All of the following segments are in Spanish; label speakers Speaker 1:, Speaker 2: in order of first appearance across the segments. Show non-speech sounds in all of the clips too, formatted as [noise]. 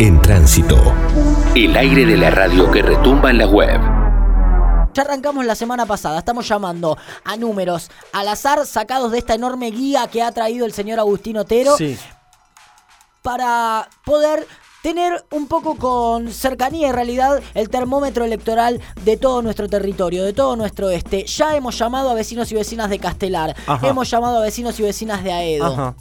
Speaker 1: En tránsito. El aire de la radio que retumba en la web.
Speaker 2: Ya arrancamos la semana pasada, estamos llamando a números al azar sacados de esta enorme guía que ha traído el señor Agustín Otero
Speaker 3: Sí.
Speaker 2: para poder tener un poco con cercanía y realidad el termómetro electoral de todo nuestro territorio, de todo nuestro este. Ya hemos llamado a vecinos y vecinas de Castelar,
Speaker 3: Ajá.
Speaker 2: hemos llamado a vecinos y vecinas de Aedo.
Speaker 3: Ajá.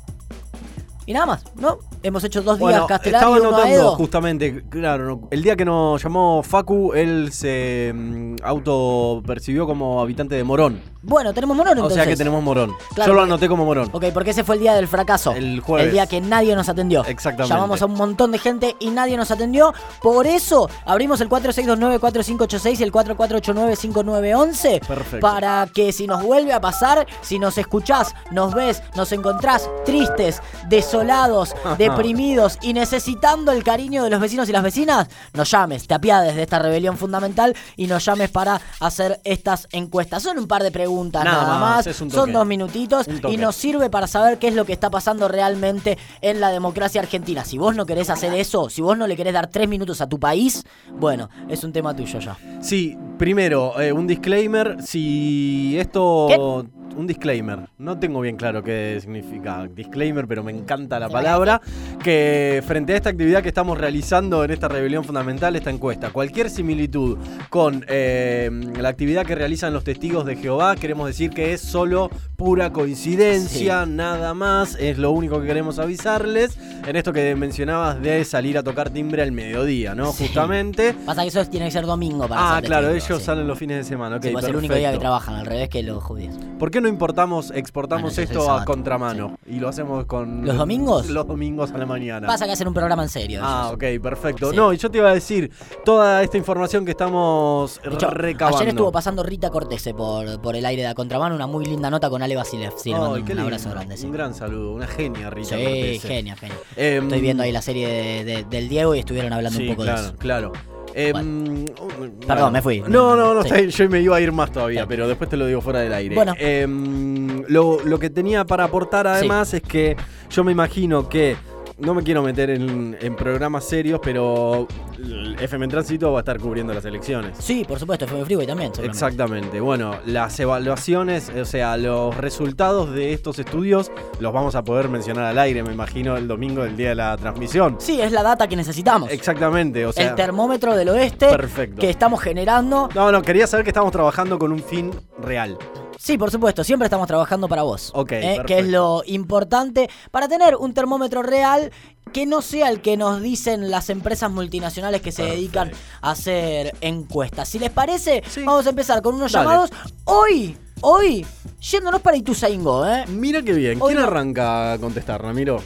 Speaker 2: Y nada más, ¿no? Hemos hecho dos días
Speaker 3: Bueno,
Speaker 2: Castelar y
Speaker 3: estaba
Speaker 2: uno
Speaker 3: notando
Speaker 2: Aedo.
Speaker 3: justamente, claro, no- el día que nos llamó Facu, él se mm, auto percibió como habitante de Morón.
Speaker 2: Bueno, tenemos Morón
Speaker 3: O
Speaker 2: entonces.
Speaker 3: sea que tenemos Morón.
Speaker 2: Claro,
Speaker 3: Yo lo
Speaker 2: porque-
Speaker 3: anoté como Morón.
Speaker 2: Ok, porque ese fue el día del fracaso.
Speaker 3: El jueves.
Speaker 2: día que nadie nos atendió.
Speaker 3: Exactamente.
Speaker 2: Llamamos a un montón de gente y nadie nos atendió. Por eso abrimos el 4629-4586 y el 4489-5911.
Speaker 3: Perfecto.
Speaker 2: Para que si nos vuelve a pasar, si nos escuchás, nos ves, nos encontrás tristes,
Speaker 3: [laughs]
Speaker 2: desolados,
Speaker 3: Ajá.
Speaker 2: deprimidos y necesitando el cariño de los vecinos y las vecinas, nos llames, te apiades de esta rebelión fundamental y nos llames para hacer estas encuestas. Son un par de preguntas nada,
Speaker 3: Nada más,
Speaker 2: más,
Speaker 3: es un
Speaker 2: son
Speaker 3: toque.
Speaker 2: dos minutitos
Speaker 3: Un toque.
Speaker 2: y nos sirve para saber qué es lo que está pasando realmente en la democracia argentina. Si vos no querés hacer eso, si vos no le querés dar tres minutos a tu país, bueno, es un tema tuyo ya.
Speaker 3: Sí, primero, eh, un disclaimer. Si esto. Un disclaimer. No tengo bien claro qué significa disclaimer, pero me encanta la palabra. Que frente a esta actividad que estamos realizando en esta rebelión fundamental, esta encuesta, cualquier similitud con eh, la actividad que realizan los testigos de Jehová, queremos decir que es solo pura coincidencia, nada más. Es lo único que queremos avisarles en esto que mencionabas de salir a tocar timbre al mediodía, ¿no?
Speaker 2: Sí.
Speaker 3: Justamente.
Speaker 2: Pasa que eso tiene que ser domingo para
Speaker 3: Ah,
Speaker 2: hacer
Speaker 3: claro,
Speaker 2: testigo,
Speaker 3: ellos
Speaker 2: sí.
Speaker 3: salen los fines de semana. ok,
Speaker 2: Sí, pues es el único día que
Speaker 3: perfecto.
Speaker 2: trabajan, al revés que los judíos.
Speaker 3: ¿Por qué no importamos, exportamos
Speaker 2: Bueno, ese es el
Speaker 3: esto a
Speaker 2: sábado,
Speaker 3: contramano? Y lo hacemos con.
Speaker 2: ¿Los domingos?
Speaker 3: [laughs] Los domingos a la mañana.
Speaker 2: Pasa que hacen un programa en serio.
Speaker 3: Ah,
Speaker 2: ellos.
Speaker 3: ok, perfecto.
Speaker 2: Sí.
Speaker 3: No, y yo te iba a decir, toda esta información que estamos
Speaker 2: De hecho,
Speaker 3: recabando.
Speaker 2: Ayer estuvo pasando Rita Cortese por, por el aire de la contramano, una muy linda nota con Ale Basilev. Sí, le mando
Speaker 3: Ay,
Speaker 2: un
Speaker 3: qué lindo.
Speaker 2: abrazo grande. sí.
Speaker 3: Un gran saludo, una genia, Rita.
Speaker 2: Sí,
Speaker 3: Cortese.
Speaker 2: genio, genio.
Speaker 3: Em,
Speaker 2: Estoy viendo ahí la serie de- de- del Diego y estuvieron hablando
Speaker 3: sí,
Speaker 2: un poco
Speaker 3: claro,
Speaker 2: de eso.
Speaker 3: Claro. Em,
Speaker 2: Bueno.
Speaker 3: um,
Speaker 2: Perdón, me fui.
Speaker 3: No, no, no,
Speaker 2: Sí.
Speaker 3: está bien, yo me iba a ir más todavía,
Speaker 2: Está bien.
Speaker 3: pero después te lo digo fuera del aire.
Speaker 2: Bueno.
Speaker 3: Em, lo, lo que tenía para aportar además es que yo me imagino que. No me quiero meter en, en programas serios, pero el FM Tránsito va a estar cubriendo las elecciones.
Speaker 2: Sí, por supuesto, fue Freeway también. seguramente.
Speaker 3: Exactamente. Bueno, las evaluaciones, o sea, los resultados de estos estudios los vamos a poder mencionar al aire, me imagino, el domingo del día de la transmisión.
Speaker 2: Sí, es la data que necesitamos.
Speaker 3: Exactamente, o sea.
Speaker 2: el termómetro del oeste
Speaker 3: Perfecto.
Speaker 2: que estamos generando.
Speaker 3: No, no, quería saber que estamos trabajando con un fin real.
Speaker 2: Sí, por supuesto, siempre estamos trabajando para vos. ¿eh?
Speaker 3: Ok,
Speaker 2: que es
Speaker 3: perfecto.
Speaker 2: lo importante para tener un termómetro real que no sea el que nos dicen las empresas multinacionales que se dedican a hacer encuestas. Si les parece,
Speaker 3: Sí.
Speaker 2: vamos a empezar con unos
Speaker 3: Dale.
Speaker 2: llamados. Hoy, hoy, yéndonos para Ituzaingó, ¿eh?
Speaker 3: Mira qué bien.
Speaker 2: Hoy
Speaker 3: ¿Quién
Speaker 2: no.
Speaker 3: arranca a contestar, Ramiro?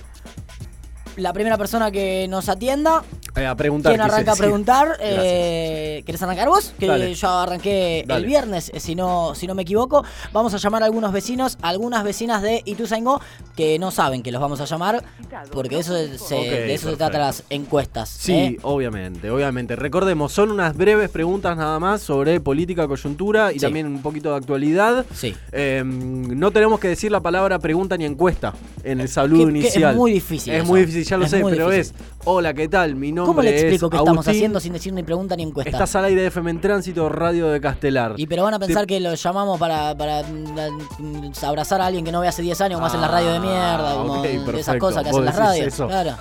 Speaker 2: La primera persona que nos atienda
Speaker 3: Eh, a preguntar.
Speaker 2: ¿Quién
Speaker 3: quise
Speaker 2: arranca a
Speaker 3: decir.
Speaker 2: preguntar?
Speaker 3: Gracias.
Speaker 2: Eh, ¿Querés arrancar vos? Que
Speaker 3: Dale.
Speaker 2: yo arranqué el
Speaker 3: Dale.
Speaker 2: viernes, eh, si no, si no me equivoco. Vamos a llamar a algunos vecinos, algunas vecinas de Ituzaingó que no saben que los vamos a llamar, porque eso se- se-
Speaker 3: Ok,
Speaker 2: de eso se
Speaker 3: perfecto.
Speaker 2: trata las encuestas.
Speaker 3: Sí,
Speaker 2: ¿eh?
Speaker 3: obviamente, obviamente. Recordemos, son unas breves preguntas nada más sobre política, coyuntura y
Speaker 2: Sí.
Speaker 3: también un poquito de actualidad.
Speaker 2: Sí.
Speaker 3: Eh, no tenemos que decir la palabra pregunta ni encuesta en el saludo
Speaker 2: que- que es
Speaker 3: inicial.
Speaker 2: muy difícil
Speaker 3: Es
Speaker 2: eso.
Speaker 3: muy difícil, ya lo
Speaker 2: Es
Speaker 3: sé,
Speaker 2: muy
Speaker 3: pero
Speaker 2: difícil.
Speaker 3: es. Hola, ¿qué tal? Mi nombre
Speaker 2: ¿Cómo le explico
Speaker 3: es
Speaker 2: que estamos
Speaker 3: Agustín.
Speaker 2: haciendo sin decir ni pregunta ni encuesta?
Speaker 3: Estás al aire de FM en Tránsito, Radio de Castelar.
Speaker 2: Y pero van a
Speaker 3: Te-
Speaker 2: pensar que lo llamamos para, para, mm, mm, abrazar a alguien que no ve hace 10 años, como hacen las radios de mierda,
Speaker 3: Ah,
Speaker 2: como
Speaker 3: ok,
Speaker 2: de esas
Speaker 3: perfecto.
Speaker 2: cosas que
Speaker 3: Vos
Speaker 2: hacen las
Speaker 3: decís
Speaker 2: radios.
Speaker 3: eso.
Speaker 2: Claro.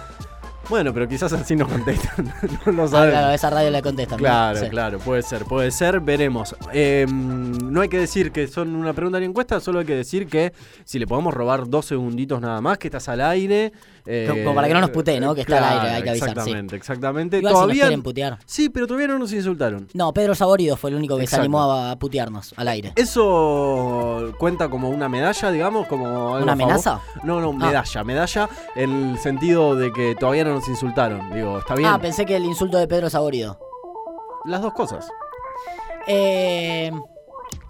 Speaker 3: Bueno, pero quizás así nos contestan. [laughs] no lo
Speaker 2: Ah,
Speaker 3: sabemos.
Speaker 2: claro, esa radio le contestan. ¿no?
Speaker 3: Claro,
Speaker 2: Sí.
Speaker 3: claro, puede ser, puede ser, veremos. Eh, no hay que decir que son una pregunta ni encuesta, solo hay que decir que si le podemos robar dos segunditos nada más, que estás al aire. eh,
Speaker 2: Como- como para que no nos putee, ¿no? Que está al
Speaker 3: claro,
Speaker 2: aire, hay que avisar, sí.
Speaker 3: Exactamente, exactamente.
Speaker 2: Igual si nos
Speaker 3: todavía.
Speaker 2: quieren putear.
Speaker 3: Sí, pero todavía no nos insultaron.
Speaker 2: No, Pedro Saborido fue el único que se
Speaker 3: Exacto. Eh,
Speaker 2: animó a a putearnos al aire.
Speaker 3: ¿Eso cuenta como una medalla, digamos? como algo
Speaker 2: ¿Una
Speaker 3: a favor?
Speaker 2: amenaza? Ah.
Speaker 3: No, no, medalla. Medalla en el sentido de que todavía no nos insultaron. Digo, está bien.
Speaker 2: Ah, pensé que el insulto de Pedro Saborido.
Speaker 3: Las dos cosas.
Speaker 2: Eh,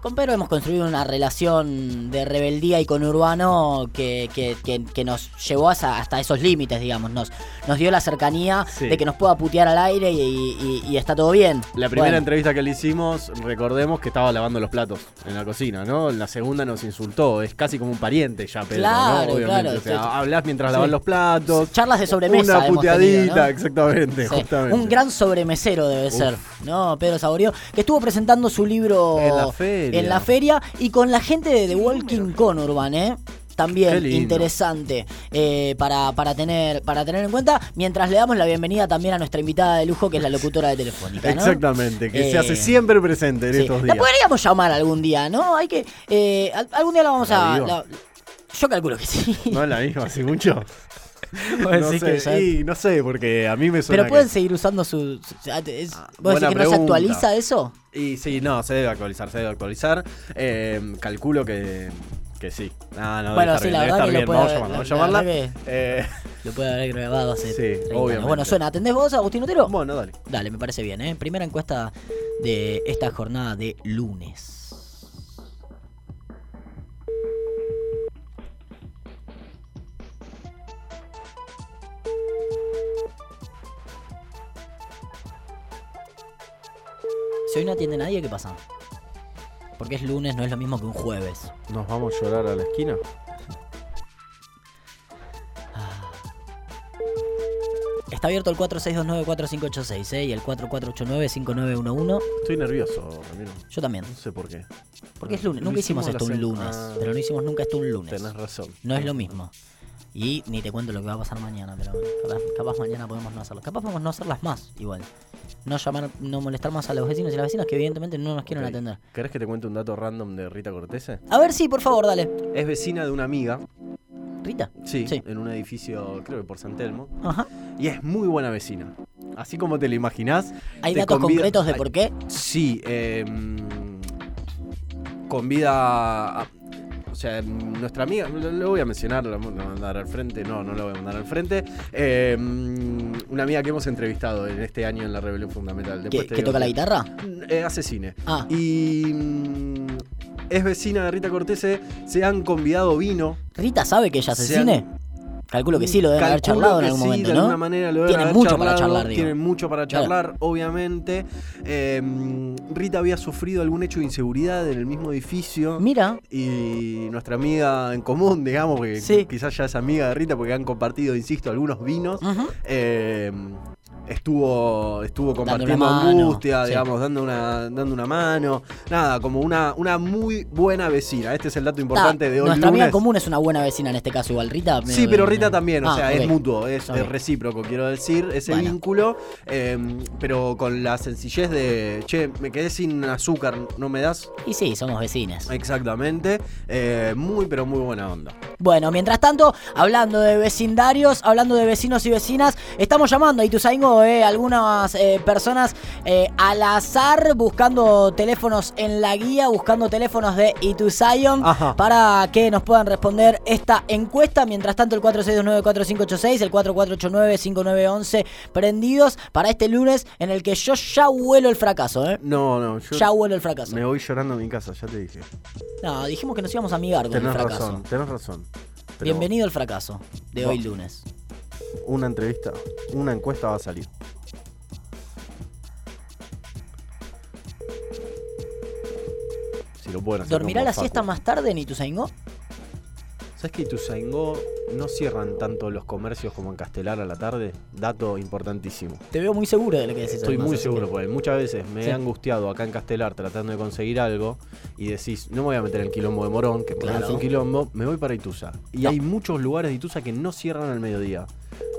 Speaker 2: Con Pedro hemos construido una relación de rebeldía y con Urbano que, que- que- que nos llevó hasta, hasta esos límites, digamos. Nos, nos dio la cercanía
Speaker 3: Sí.
Speaker 2: de que nos pueda putear al aire y, y- y está todo bien.
Speaker 3: La primera
Speaker 2: Bueno,
Speaker 3: entrevista que le hicimos, recordemos que estaba lavando los platos en la cocina, ¿no? En la segunda nos insultó, es casi como un pariente ya, Pedro,
Speaker 2: Claro,
Speaker 3: ¿no? Obviamente,
Speaker 2: claro,
Speaker 3: o sea,
Speaker 2: sí.
Speaker 3: hablas mientras
Speaker 2: Sí.
Speaker 3: lavas los platos.
Speaker 2: Charlas de sobremesa.
Speaker 3: Una
Speaker 2: hemos
Speaker 3: puteadita,
Speaker 2: tenido, ¿no?
Speaker 3: exactamente,
Speaker 2: Sí,
Speaker 3: justamente.
Speaker 2: Un gran sobremesero debe
Speaker 3: Uf.
Speaker 2: ser, ¿no? Pedro Saborío, que estuvo presentando su libro
Speaker 3: En la feria.
Speaker 2: en la feria y con la gente de The Walking Conurban, ¿eh?
Speaker 3: Qué
Speaker 2: También
Speaker 3: lindo.
Speaker 2: interesante eh, para, para, tener, para tener en cuenta, mientras le damos la bienvenida también a nuestra invitada de lujo, que es la locutora de Telefónica. ¿no?
Speaker 3: Exactamente, que se
Speaker 2: Eh,
Speaker 3: hace siempre presente en
Speaker 2: Sí.
Speaker 3: estos
Speaker 2: La
Speaker 3: días.
Speaker 2: podríamos llamar algún día, ¿no? Hay que. eh, al- algún día la vamos
Speaker 3: La
Speaker 2: a.
Speaker 3: digo.
Speaker 2: la- yo calculo que sí.
Speaker 3: No es la misma,
Speaker 2: [laughs]
Speaker 3: hace mucho. no,
Speaker 2: Así
Speaker 3: sé,
Speaker 2: que ya-
Speaker 3: y no sé, porque a mí me suena
Speaker 2: Pero pueden
Speaker 3: que...
Speaker 2: seguir usando su. su- ah, es- ¿Vos
Speaker 3: Ah,
Speaker 2: decís que no
Speaker 3: buena
Speaker 2: se
Speaker 3: pregunta.
Speaker 2: actualiza eso?
Speaker 3: Y sí, no, se debe actualizar, se debe actualizar. Eh, calculo que, que sí. Ah, no, debe
Speaker 2: Bueno,
Speaker 3: estar
Speaker 2: sí,
Speaker 3: bien,
Speaker 2: la
Speaker 3: debe
Speaker 2: verdad
Speaker 3: estar
Speaker 2: que lo
Speaker 3: bien.
Speaker 2: puede
Speaker 3: Vamos a
Speaker 2: haber-
Speaker 3: llamarla, vamos a
Speaker 2: la- la
Speaker 3: llamarla.
Speaker 2: verdad
Speaker 3: Eh,
Speaker 2: Lo puede haber grabado hace.
Speaker 3: Sí,
Speaker 2: 30 años.
Speaker 3: obviamente.
Speaker 2: Bueno, suena, ¿atendés vos, Agustín Otero?
Speaker 3: bueno, dale.
Speaker 2: Dale, me parece bien, ¿eh? Primera encuesta de esta jornada de lunes. Si hoy no atiende nadie, ¿qué pasa? Porque es lunes, no es lo mismo que un jueves.
Speaker 3: ¿Nos vamos a llorar a la esquina?
Speaker 2: Está abierto el 4629-4586 ¿eh? y el 4489-5911.
Speaker 3: Estoy nervioso, Ramiro.
Speaker 2: Yo también.
Speaker 3: No sé por qué.
Speaker 2: Porque es
Speaker 3: Lo
Speaker 2: lunes. Nunca hicimos,
Speaker 3: hicimos
Speaker 2: esto
Speaker 3: la
Speaker 2: un
Speaker 3: sem-
Speaker 2: lunes.
Speaker 3: Ah.
Speaker 2: Pero no hicimos nunca esto un lunes.
Speaker 3: Tenés razón.
Speaker 2: No es lo mismo. Y ni te cuento lo que va a pasar mañana, pero bueno, capaz, capaz mañana podemos no hacerlas. Capaz podemos no hacerlas más, igual. No llamar, no molestar más a los vecinos y las vecinas que evidentemente no nos quieren
Speaker 3: Ok.
Speaker 2: atender.
Speaker 3: ¿Querés que te cuente un dato random de Rita Cortese?
Speaker 2: A ver, sí, por favor, dale.
Speaker 3: Es vecina de una amiga,
Speaker 2: Rita.
Speaker 3: sí,
Speaker 2: Sí.
Speaker 3: en un edificio, creo que por San Telmo,
Speaker 2: Ajá.
Speaker 3: y es muy buena vecina. Así como te lo imaginás.
Speaker 2: ¿Hay
Speaker 3: te
Speaker 2: datos
Speaker 3: convida-
Speaker 2: concretos de
Speaker 3: Ay,
Speaker 2: por qué?
Speaker 3: Sí, eh, convida. a- ah, o sea, nuestra amiga, lo, lo voy a mencionar, la voy a mandar al frente, no, no la voy a mandar al frente. Eh, una amiga que hemos entrevistado en este año en la Rebelión Fundamental.
Speaker 2: ¿Que,
Speaker 3: Después te
Speaker 2: que
Speaker 3: digo
Speaker 2: toca la
Speaker 3: quién.
Speaker 2: guitarra?
Speaker 3: Eh, hace cine.
Speaker 2: Ah,
Speaker 3: Y mm, es vecina de Rita Cortese, se han convidado vino.
Speaker 2: ¿Rita sabe que ella hace
Speaker 3: se han-
Speaker 2: cine? Calculo que sí, lo deben haber
Speaker 3: Calculo
Speaker 2: charlado en
Speaker 3: que
Speaker 2: algún
Speaker 3: sí,
Speaker 2: momento,
Speaker 3: de alguna
Speaker 2: ¿no?
Speaker 3: manera lo deben
Speaker 2: Tienen
Speaker 3: haber
Speaker 2: mucho para
Speaker 3: charlado,
Speaker 2: charlar, digo.
Speaker 3: Tienen mucho para
Speaker 2: Claro.
Speaker 3: charlar, obviamente. Eh, Rita había sufrido algún hecho de inseguridad en el mismo edificio.
Speaker 2: Mira,
Speaker 3: y nuestra amiga en común, digamos, que
Speaker 2: Sí.
Speaker 3: quizás ya es amiga de Rita porque han compartido, insisto, algunos vinos.
Speaker 2: ujú,
Speaker 3: Eh, estuvo estuvo compartiendo
Speaker 2: una mano,
Speaker 3: angustia,
Speaker 2: sí.
Speaker 3: digamos, dando una, dando una mano. Nada, como una, una muy buena vecina. Este es el dato importante
Speaker 2: ta,
Speaker 3: de hoy.
Speaker 2: nuestra amiga en
Speaker 3: lunes.
Speaker 2: común es una buena vecina en este caso, igual Rita.
Speaker 3: Sí,
Speaker 2: me-
Speaker 3: pero
Speaker 2: me-
Speaker 3: Rita también, o
Speaker 2: Ah,
Speaker 3: sea, es
Speaker 2: ok.
Speaker 3: mutuo, es,
Speaker 2: Ok.
Speaker 3: es recíproco, quiero decir, ese
Speaker 2: Bueno.
Speaker 3: vínculo, eh, pero con la sencillez de, che, me quedé sin azúcar, ¿no me das?
Speaker 2: Y sí, somos vecinas.
Speaker 3: Exactamente, eh, muy, pero muy buena onda.
Speaker 2: Bueno, mientras tanto, hablando de vecindarios, hablando de vecinos y vecinas, estamos llamando a Ituzaingo eh, algunas eh, personas eh, al azar buscando teléfonos en la guía, buscando teléfonos de Ituzayon
Speaker 3: Ajá.
Speaker 2: para que nos puedan responder esta encuesta. Mientras tanto, el 4629-4586, el 4489-5911, prendidos para este lunes en el que yo ya huelo el fracaso, ¿eh?
Speaker 3: No, no, yo
Speaker 2: Ya huelo el fracaso.
Speaker 3: me voy llorando a mi casa, ya te dije.
Speaker 2: No, dijimos que nos íbamos a amigar con
Speaker 3: Tenés
Speaker 2: el fracaso.
Speaker 3: razón, tenés razón. Pero
Speaker 2: Bienvenido al fracaso de hoy
Speaker 3: No.
Speaker 2: lunes.
Speaker 3: Una entrevista, una encuesta va a salir. Si lo pueden hacer
Speaker 2: ¿Dormirá
Speaker 3: como
Speaker 2: la
Speaker 3: Facu.
Speaker 2: siesta más tarde en Ituzaingó?
Speaker 3: ¿Sabes que Ituzaingó no cierran tanto los comercios como en Castelar a la tarde? Dato importantísimo.
Speaker 2: Te veo muy seguro de lo que decís.
Speaker 3: Estoy
Speaker 2: además,
Speaker 3: muy
Speaker 2: así
Speaker 3: seguro,
Speaker 2: que-
Speaker 3: porque muchas veces me
Speaker 2: Sí.
Speaker 3: he angustiado acá en Castelar tratando de conseguir algo y decís, no me voy a meter en el quilombo de Morón, que Morón
Speaker 2: Claro.
Speaker 3: es un quilombo, me voy para Ituza. Y
Speaker 2: No.
Speaker 3: hay muchos lugares de Ituza que no cierran al mediodía.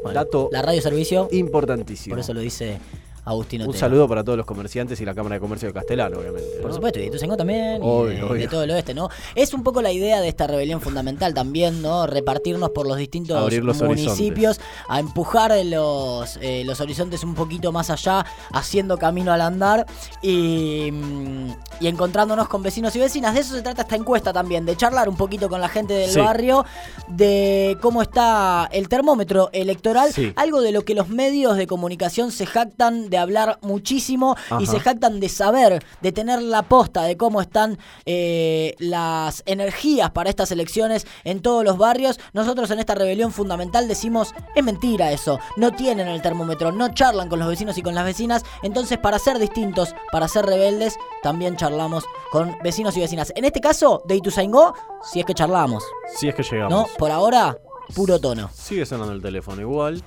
Speaker 2: Bueno,
Speaker 3: Dato
Speaker 2: La radio servicio,
Speaker 3: importantísimo.
Speaker 2: por eso lo dice Agustín
Speaker 3: un
Speaker 2: Otero.
Speaker 3: saludo para todos los comerciantes y la Cámara de Comercio de Castelar, obviamente.
Speaker 2: Por
Speaker 3: ¿no?
Speaker 2: supuesto, y de Ituzaingó también, y de,
Speaker 3: Obvio, obvio.
Speaker 2: de todo el oeste, ¿no? Es un poco la idea de esta rebelión fundamental también, ¿no? Repartirnos por los distintos
Speaker 3: Abrir los
Speaker 2: municipios, a empujar los, eh, los horizontes un poquito más allá, haciendo camino al andar y, mm, y encontrándonos con vecinos y vecinas. De eso se trata esta encuesta también, de charlar un poquito con la gente del
Speaker 3: Sí.
Speaker 2: barrio, de cómo está el termómetro electoral,
Speaker 3: Sí.
Speaker 2: algo de lo que los medios de comunicación se jactan de de hablar muchísimo y
Speaker 3: Ajá.
Speaker 2: se jactan de saber, de tener la posta de cómo están eh, las energías para estas elecciones en todos los barrios. Nosotros en esta rebelión fundamental decimos, es mentira eso, no tienen el termómetro, no charlan con los vecinos y con las vecinas, entonces para ser distintos, para ser rebeldes, también charlamos con vecinos y vecinas. En este caso, de Ituzaingó, si es que charlamos,
Speaker 3: Si es que
Speaker 2: ¿no?
Speaker 3: llegamos.
Speaker 2: Por ahora, puro tono.
Speaker 3: Sigue sonando el teléfono igual.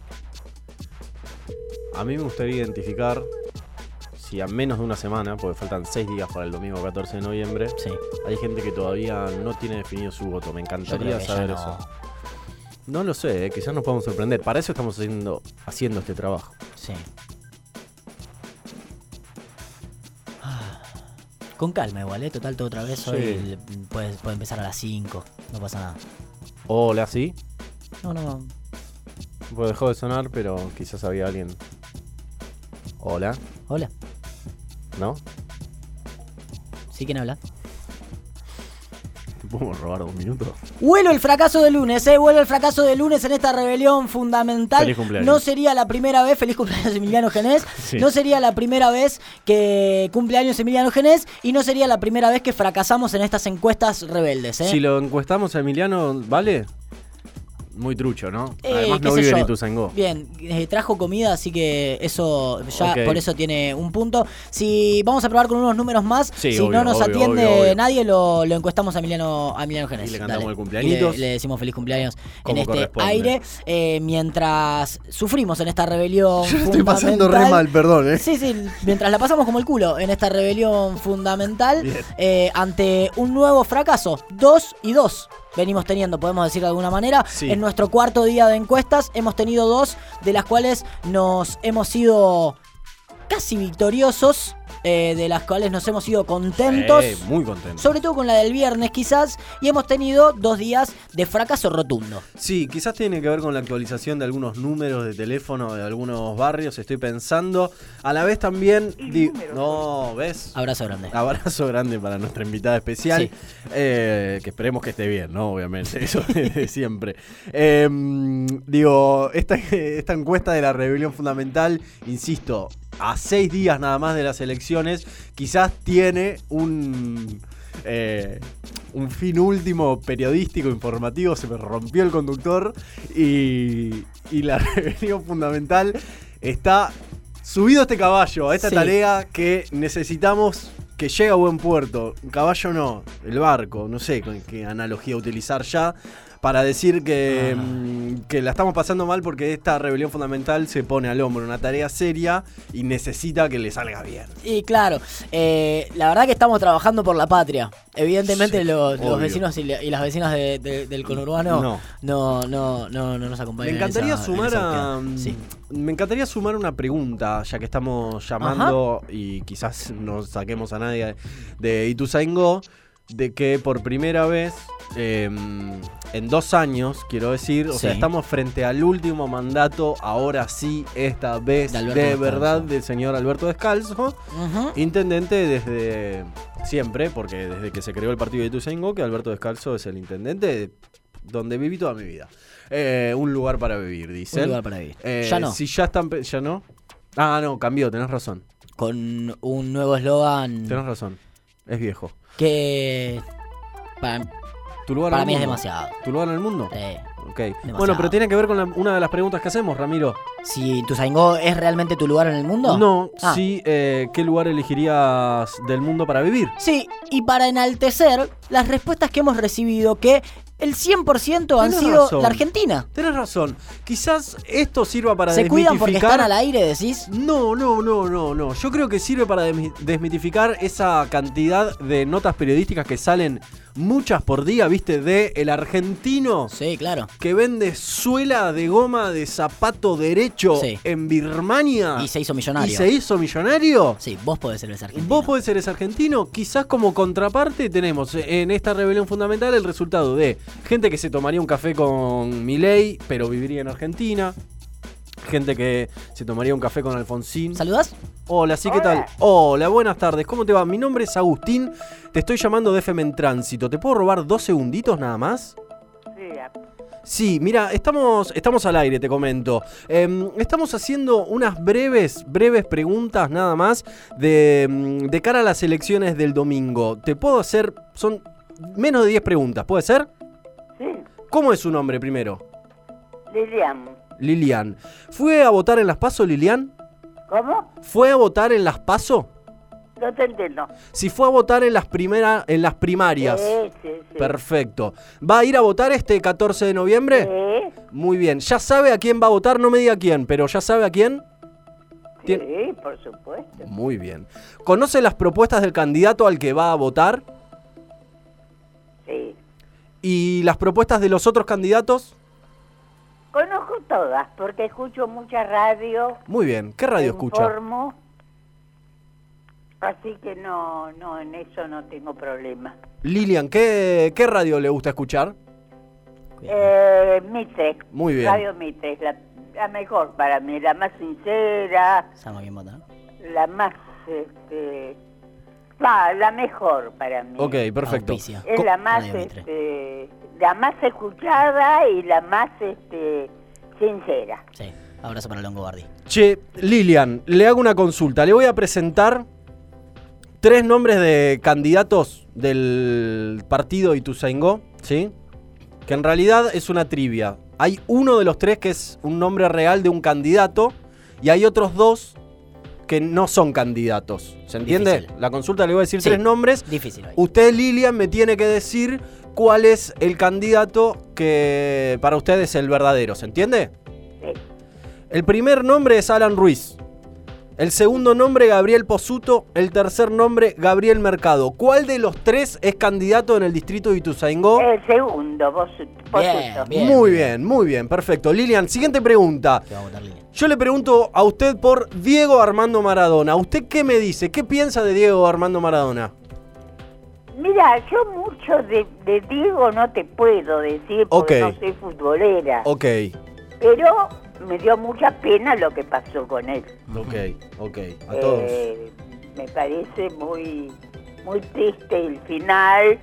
Speaker 3: A mí me gustaría identificar si a menos de una semana, porque faltan 6 días para el domingo 14 de noviembre,
Speaker 2: Sí.
Speaker 3: hay gente que todavía no tiene definido su voto. Me
Speaker 2: Yo creo
Speaker 3: encantaría
Speaker 2: que ya
Speaker 3: saber
Speaker 2: no.
Speaker 3: eso. No lo sé, eh, quizás nos podamos sorprender. Para eso estamos haciendo, haciendo este trabajo.
Speaker 2: Sí. Con calma igual, ¿eh? Total, todo otra vez. Hoy
Speaker 3: Sí.
Speaker 2: el- puede, puede empezar a las 5. No pasa nada.
Speaker 3: Hola, sí.
Speaker 2: No, no.
Speaker 3: Pues dejó de sonar, pero quizás había alguien. Hola,
Speaker 2: Hola.
Speaker 3: ¿no? [laughs]
Speaker 2: ¿Sí? ¿Quién habla?
Speaker 3: ¿Te podemos robar dos minutos?
Speaker 2: Huelo el fracaso del lunes, ¿eh? Huelo el fracaso del lunes en esta rebelión fundamental.
Speaker 3: Feliz cumpleaños.
Speaker 2: No sería la primera vez, feliz cumpleaños Emiliano Genés.
Speaker 3: [laughs] Sí.
Speaker 2: No sería la primera vez que cumpleaños Emiliano Genés y no sería la primera vez que fracasamos en estas encuestas rebeldes, ¿eh?
Speaker 3: Si lo encuestamos a Emiliano, ¿vale? Muy trucho, ¿no?
Speaker 2: Eh,
Speaker 3: Además
Speaker 2: qué
Speaker 3: no
Speaker 2: sé
Speaker 3: vive
Speaker 2: yo.
Speaker 3: en Ituzaingó.
Speaker 2: Bien, eh, trajo comida, así que eso ya
Speaker 3: Ok.
Speaker 2: por eso tiene un punto. Si vamos a probar con unos números más,
Speaker 3: Sí,
Speaker 2: si
Speaker 3: obvio,
Speaker 2: no nos
Speaker 3: obvio,
Speaker 2: atiende
Speaker 3: obvio, obvio.
Speaker 2: nadie, lo, lo encuestamos a Emiliano, a Emiliano Genés.
Speaker 3: Y le cantamos
Speaker 2: Dale.
Speaker 3: el cumpleañitos.
Speaker 2: Y Le, le decimos feliz cumpleaños en
Speaker 3: Como
Speaker 2: este
Speaker 3: corresponde.
Speaker 2: aire. eh, mientras sufrimos en esta rebelión.
Speaker 3: [laughs] Yo la estoy pasando re
Speaker 2: fundamental.
Speaker 3: mal, perdón, ¿eh?
Speaker 2: Sí, sí, mientras la pasamos como el culo en esta rebelión fundamental
Speaker 3: Bien.
Speaker 2: eh, ante un nuevo fracaso. Dos y dos venimos teniendo, podemos decir de alguna manera.
Speaker 3: Sí.
Speaker 2: En nuestro cuarto día de encuestas hemos tenido dos, de las cuales nos hemos sido casi victoriosos, eh, de las cuales nos hemos ido contentos.
Speaker 3: Eh, muy contento.
Speaker 2: sobre todo con la del viernes quizás, y hemos tenido dos días de fracaso rotundo.
Speaker 3: Sí, quizás tiene que ver con la actualización de algunos números de teléfono de algunos barrios, estoy pensando. A la vez también... di- No, ¿ves?
Speaker 2: Abrazo grande.
Speaker 3: Abrazo grande para nuestra invitada especial,
Speaker 2: Sí.
Speaker 3: eh, que esperemos que esté bien, ¿no? Obviamente, [laughs] eso de siempre. Eh, digo, esta, esta encuesta de la rebelión fundamental, insisto, a seis días nada más de las elecciones, quizás tiene un... eh, un fin último periodístico, informativo, se me rompió el conductor y, y la [laughs] rebelión fundamental está subido a este caballo, a esta
Speaker 2: Sí.
Speaker 3: tarea tarea que necesitamos que llegue a buen puerto. Caballo no, el barco, no sé con qué analogía utilizar ya. Para decir que,
Speaker 2: Ah.
Speaker 3: mm, que la estamos pasando mal porque esta rebelión fundamental se pone al hombro una tarea seria y necesita que le salga bien.
Speaker 2: Y claro, eh, la verdad que estamos trabajando por la patria. Evidentemente
Speaker 3: Sí,
Speaker 2: los, los
Speaker 3: obvio.
Speaker 2: vecinos y, la- y las vecinas de- de- del conurbano no.
Speaker 3: No.
Speaker 2: No, no, no, nos acompañan.
Speaker 3: Me
Speaker 2: en
Speaker 3: encantaría
Speaker 2: esa- en
Speaker 3: sumar
Speaker 2: esa
Speaker 3: a. um, mm,
Speaker 2: búsqueda. Sí.
Speaker 3: Me encantaría sumar una pregunta, ya que estamos llamando y quizás no saquemos a nadie de Ituzaingó, de que por primera vez eh, en dos años, quiero decir, o
Speaker 2: Sí.
Speaker 3: sea, estamos frente al último mandato, ahora sí, esta vez
Speaker 2: De
Speaker 3: de,
Speaker 2: Alberto Descalzo.
Speaker 3: verdad, del señor Alberto Descalzo,
Speaker 2: Ujú.
Speaker 3: intendente desde siempre, porque desde que se creó el partido de Ituzaingó, que Alberto Descalzo es el intendente de- donde viví toda mi vida. Eh, un lugar para vivir,
Speaker 2: Un
Speaker 3: dicen.
Speaker 2: lugar para vivir.
Speaker 3: Eh,
Speaker 2: ya no.
Speaker 3: Si ya están. pe- ¿Ya no? Ah, no, cambió, tenés razón.
Speaker 2: Con un nuevo eslogan
Speaker 3: Tenés razón. Es viejo.
Speaker 2: que para,
Speaker 3: ¿Tu lugar
Speaker 2: para
Speaker 3: en el
Speaker 2: mí es
Speaker 3: mundo?
Speaker 2: demasiado.
Speaker 3: ¿Tu lugar en el mundo?
Speaker 2: Eh,
Speaker 3: Ok. Bueno, pero tiene que ver con la- una de las preguntas que hacemos, Ramiro.
Speaker 2: si Tuzaingó es realmente tu lugar en el mundo. Ah.
Speaker 3: sí, eh, ¿qué lugar elegirías del mundo para vivir?
Speaker 2: Sí, y para enaltecer las respuestas que hemos recibido, que el 100% han
Speaker 3: Tenés
Speaker 2: sido
Speaker 3: razón.
Speaker 2: la Argentina.
Speaker 3: Tenés razón. Quizás esto sirva para
Speaker 2: Se cuidan porque
Speaker 3: desmitificar-
Speaker 2: están al aire, decís.
Speaker 3: No, no, no, no, no. Yo creo que sirve para desmi- desmitificar esa cantidad de notas periodísticas que salen muchas por día, ¿viste? De el argentino
Speaker 2: Sí, claro.
Speaker 3: que vende suela de goma de zapato derecho
Speaker 2: Sí.
Speaker 3: en Birmania
Speaker 2: Y se hizo
Speaker 3: Ah. y
Speaker 2: millonario.
Speaker 3: se hizo millonario.
Speaker 2: Sí, vos podés ser ese argentino.
Speaker 3: Vos podés ser ese argentino, quizás como contraparte tenemos en esta rebelión fundamental el resultado de gente que se tomaría un café con Milei, pero viviría en Argentina. Gente que se tomaría un café con Alfonsín.
Speaker 2: ¿Saludás?
Speaker 3: Hola, sí, ¿qué tal? Hola, buenas tardes, ¿cómo te va? Mi nombre es Agustín, te estoy llamando de FM en Tránsito. ¿Te puedo robar dos segunditos nada más?
Speaker 4: Sí, a-
Speaker 3: Sí, mira, estamos, estamos al aire, te comento. Eh, estamos haciendo unas breves, breves preguntas nada más de, mm, de cara a las elecciones del domingo. Te puedo hacer, son menos de 10 preguntas, ¿puede ser?
Speaker 4: Sí,
Speaker 3: ¿Cómo es su nombre primero?
Speaker 4: Lilian.
Speaker 3: Lilian. ¿Fue a votar en las PASO, Lilian?
Speaker 4: ¿Cómo?
Speaker 3: ¿Fue a votar en las PASO?
Speaker 4: No te entiendo.
Speaker 3: Si fue a votar en las, primera, en las primarias.
Speaker 4: Sí, sí, sí.
Speaker 3: Perfecto. ¿Va a ir a votar este 14 de noviembre?
Speaker 4: Sí,
Speaker 3: Muy bien, ya sabe a quién va a votar, no me diga quién, pero ya sabe a quién. Tien-
Speaker 4: sí, por supuesto.
Speaker 3: Muy bien. ¿Conoce las propuestas del candidato al que va a votar
Speaker 4: Sí.
Speaker 3: y las propuestas de los otros candidatos?
Speaker 4: Conozco todas porque escucho mucha radio.
Speaker 3: Muy bien, ¿qué radio
Speaker 4: me
Speaker 3: escucha?
Speaker 4: Informo. Así que no, no, en eso no tengo problema.
Speaker 3: Lilian, ¿qué, qué radio le gusta escuchar?
Speaker 4: Eh, Mitre.
Speaker 3: Muy bien.
Speaker 4: Radio Mitre, es la, la mejor para mí, la más sincera,
Speaker 2: Sabemos quién vota, ¿no?
Speaker 4: la más, este, va, la mejor para mí.
Speaker 3: Ok, perfecto.
Speaker 2: Auspicia.
Speaker 4: Es
Speaker 3: Co-
Speaker 4: la más,
Speaker 2: Radio Mitre.
Speaker 4: este, la más escuchada y la más, este, sincera.
Speaker 2: Sí. Abrazo para Longobardi.
Speaker 3: Che, Lilian, le hago una consulta. Le voy a presentar tres nombres de candidatos del partido Ituzaingó, ¿sí? Que en realidad es una trivia. Hay uno de los tres que es un nombre real de un candidato y hay otros dos que no son candidatos. ¿Se entiende?
Speaker 2: Difícil.
Speaker 3: La consulta le voy a decir
Speaker 2: Sí.
Speaker 3: tres nombres.
Speaker 2: Difícil hoy.
Speaker 3: Usted, Lilian, me tiene que decir cuál es el candidato que para usted es el verdadero. ¿Se entiende?
Speaker 4: Sí.
Speaker 3: El primer nombre es Alan Ruiz. El segundo nombre, Gabriel Posuto. El tercer nombre, Gabriel Mercado. ¿Cuál de los tres es candidato en el distrito de Ituzaingó?
Speaker 4: El segundo, vos, por supuesto.
Speaker 2: bien,
Speaker 3: muy
Speaker 2: bien.
Speaker 3: Oh. bien, muy bien, perfecto. Lilian, siguiente pregunta.
Speaker 2: Te va a votar Lilian.
Speaker 3: Yo le pregunto a usted por Diego Armando Maradona. ¿Usted qué me dice? ¿Qué piensa de Diego Armando Maradona?
Speaker 4: Mira, yo mucho de, de Diego no te puedo decir porque
Speaker 3: Ok.
Speaker 4: no soy futbolera.
Speaker 3: Ok,
Speaker 4: Pero me dio mucha pena lo que pasó con él.
Speaker 3: ok, ok. A todos.
Speaker 4: Eh, me parece muy, muy triste el final.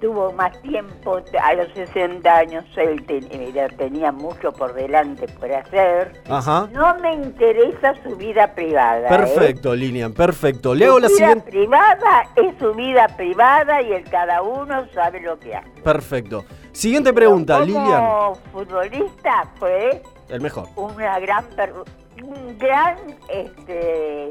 Speaker 4: Tuvo más tiempo, te- a los 60 años él te- eh, tenía mucho por delante por hacer.
Speaker 3: Ajá.
Speaker 4: No me interesa su vida privada. ¿eh?
Speaker 3: Perfecto, Lilian, perfecto. Le hago
Speaker 4: Su
Speaker 3: la
Speaker 4: vida
Speaker 3: siguiente.
Speaker 4: privada es su vida privada y el cada uno sabe lo que hace.
Speaker 3: Perfecto. Siguiente pregunta,
Speaker 4: Pero
Speaker 3: Lilian.
Speaker 4: Como futbolista fue
Speaker 3: El mejor.
Speaker 4: una gran per- un gran este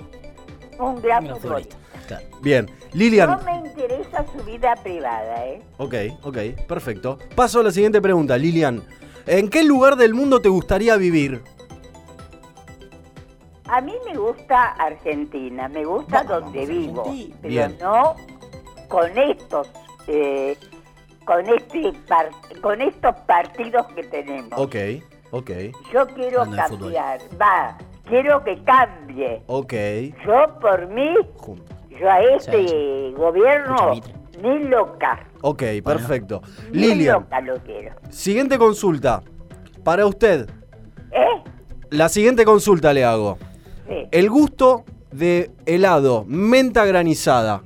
Speaker 4: un gran
Speaker 2: Mira,
Speaker 4: futbolista.
Speaker 2: futbolista. Claro.
Speaker 3: Bien.
Speaker 4: No
Speaker 3: Lilian.
Speaker 4: me interesa su vida privada, ¿eh?
Speaker 3: Ok, ok, perfecto. Paso a la siguiente pregunta, Lilian. ¿En qué lugar del mundo te gustaría vivir?
Speaker 4: A mí me gusta Argentina, me gusta
Speaker 2: Vamos,
Speaker 4: donde
Speaker 2: vamos,
Speaker 4: vivo,
Speaker 2: Argentina.
Speaker 4: pero
Speaker 3: Bien.
Speaker 4: no con estos eh, con este par- con estos partidos que tenemos.
Speaker 3: Ok, ok,
Speaker 4: Yo quiero
Speaker 2: Hablando de fútbol.
Speaker 4: cambiar, va, quiero que cambie.
Speaker 3: ok.
Speaker 4: Yo por mí,
Speaker 3: Junto.
Speaker 4: yo a este
Speaker 2: Sí, Escucha,
Speaker 4: gobierno
Speaker 2: Mitre.
Speaker 4: ni loca,
Speaker 3: Ok, perfecto.
Speaker 4: ni
Speaker 3: Lilian,
Speaker 4: loca lo quiero.
Speaker 3: siguiente consulta. Para usted,
Speaker 4: ¿Eh?
Speaker 3: la siguiente consulta le hago.
Speaker 4: Sí.
Speaker 3: El gusto de helado, menta granizada.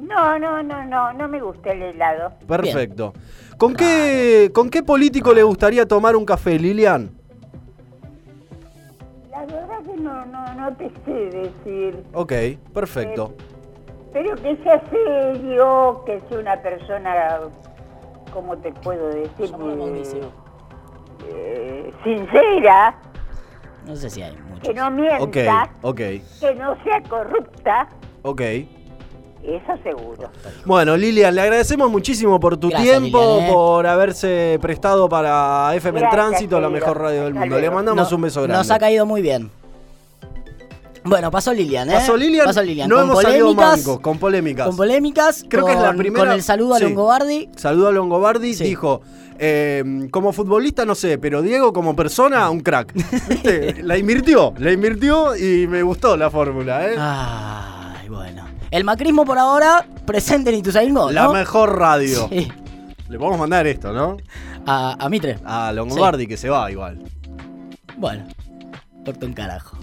Speaker 4: No, no, no, no, no me gusta el helado.
Speaker 3: Perfecto. ¿Con qué, ¿Con qué político le gustaría tomar un café, Lilian?
Speaker 4: La verdad que no, no, no te sé decir.
Speaker 3: Ok, perfecto.
Speaker 4: Eh, Pero que sea serio, que sea una persona, ¿cómo te puedo decir?
Speaker 2: Llámalo a Mauricio.
Speaker 4: Eh, sincera,
Speaker 2: No sé si hay mucho.
Speaker 4: que no mienta,
Speaker 3: Ok, ok,
Speaker 4: que no sea corrupta,
Speaker 3: ok.
Speaker 4: eso seguro.
Speaker 3: Bueno, Lilian, le agradecemos muchísimo por tu
Speaker 2: Gracias,
Speaker 3: tiempo,
Speaker 2: Lilian, ¿eh?
Speaker 3: por haberse prestado para FM en
Speaker 4: Gracias,
Speaker 3: Tránsito, la
Speaker 4: querido.
Speaker 3: mejor radio del
Speaker 4: Hasta
Speaker 3: mundo. Le
Speaker 4: luego.
Speaker 3: mandamos
Speaker 2: No-
Speaker 3: un beso grande.
Speaker 2: Nos ha caído muy bien. Bueno, pasó Lilian, ¿eh?
Speaker 3: Pasó Lilian, no
Speaker 2: con
Speaker 3: hemos salido
Speaker 2: polémicas,
Speaker 3: mancos, con polémicas.
Speaker 2: Con polémicas.
Speaker 3: Creo que es la
Speaker 2: con-
Speaker 3: primera-
Speaker 2: Con el saludo a
Speaker 3: sí.
Speaker 2: Longobardi.
Speaker 3: Saludó a Longobardi,
Speaker 2: Sí.
Speaker 3: dijo, eh, como futbolista no sé, pero Diego como persona,
Speaker 2: [laughs]
Speaker 3: un crack. ¿Viste? la invirtió, la invirtió y me gustó la fórmula,
Speaker 2: Ah,
Speaker 3: ¿eh?
Speaker 2: Ay, bueno. El macrismo por ahora presente en Ituzaingó,
Speaker 3: la
Speaker 2: ¿no?
Speaker 3: mejor radio.
Speaker 2: Sí.
Speaker 3: Le podemos mandar esto, ¿no?
Speaker 2: A, a Mitre.
Speaker 3: A Longobardi que se va igual.
Speaker 2: Bueno. Corta un carajo.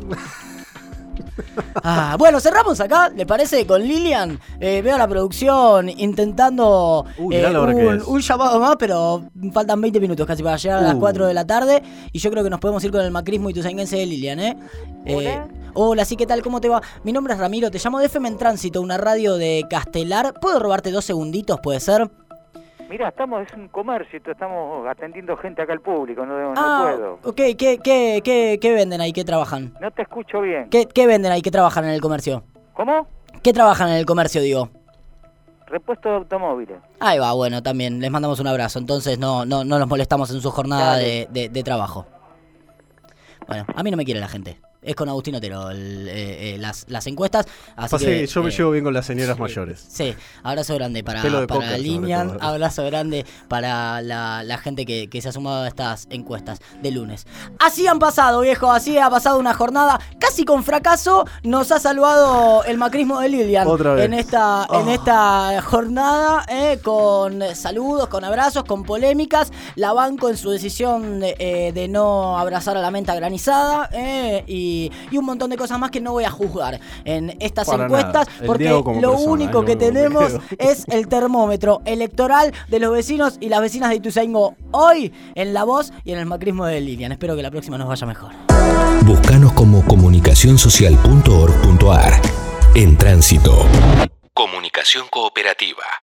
Speaker 2: Ah, bueno, cerramos acá, ¿le parece? Con Lilian. Eh, veo la producción intentando
Speaker 3: Uy,
Speaker 2: eh,
Speaker 3: mirá la hora que
Speaker 2: un,
Speaker 3: es.
Speaker 2: un llamado más, pero faltan 20 minutos casi para llegar a las
Speaker 3: Uh.
Speaker 2: 4 de la tarde. Y yo creo que nos podemos ir con el macrismo y tu de Lilian, ¿eh? Eh, hola, sí, ¿qué tal? ¿Cómo te va? Mi nombre es Ramiro, te llamo de FM en Tránsito, una radio de Castelar. ¿Puedo robarte dos segunditos, puede ser?
Speaker 5: Mirá, estamos, es un comercio, estamos atendiendo gente acá al público, no, no
Speaker 2: ah,
Speaker 5: puedo.
Speaker 2: ok, ¿qué, qué, qué, qué venden ahí? ¿Qué trabajan?
Speaker 5: No te escucho bien.
Speaker 2: ¿Qué, ¿Qué venden ahí? ¿Qué trabajan en el comercio?
Speaker 5: ¿Cómo?
Speaker 2: ¿Qué trabajan en el comercio, digo?
Speaker 5: Repuesto de automóviles.
Speaker 2: Ahí va, bueno, también les mandamos un abrazo. Entonces no, no, no nos molestamos en su jornada de,
Speaker 5: Dale.
Speaker 2: de- de trabajo. Bueno, a mí no me quiere la gente. Es con Agustín Otero el, eh, eh, las, las encuestas. Así
Speaker 3: Pasa
Speaker 2: que,
Speaker 3: que Ah, yo me
Speaker 2: eh,
Speaker 3: llevo bien con las señoras mayores.
Speaker 2: Sí, abrazo grande para,
Speaker 3: Pelo de
Speaker 2: para
Speaker 3: coca, sobre
Speaker 2: Linian,
Speaker 3: todo.
Speaker 2: abrazo grande para la, la gente que, que se ha sumado a estas encuestas de lunes. Así han pasado, viejo, así ha pasado una jornada casi con fracaso. Nos ha salvado el macrismo de Lilian
Speaker 3: Otra vez.
Speaker 2: en esta, en
Speaker 3: Oh.
Speaker 2: esta jornada, eh, con saludos, con abrazos, con polémicas. La banco en su decisión de, eh, de no abrazar a la menta granizada eh, y, y un montón de cosas más que no voy a juzgar en estas
Speaker 3: Para
Speaker 2: encuestas,
Speaker 3: nada. El
Speaker 2: porque
Speaker 3: Diego como
Speaker 2: lo
Speaker 3: persona,
Speaker 2: único
Speaker 3: es
Speaker 2: que
Speaker 3: lo único que
Speaker 2: tenemos
Speaker 3: creo.
Speaker 2: [laughs] es el termómetro electoral de los vecinos y las vecinas de Ituzaingo hoy en La Voz y en el macrismo de Lilian. Espero que la próxima nos vaya mejor.
Speaker 6: Búscanos como comunicacionsocial.org.ar. En tránsito.
Speaker 1: Comunicación cooperativa.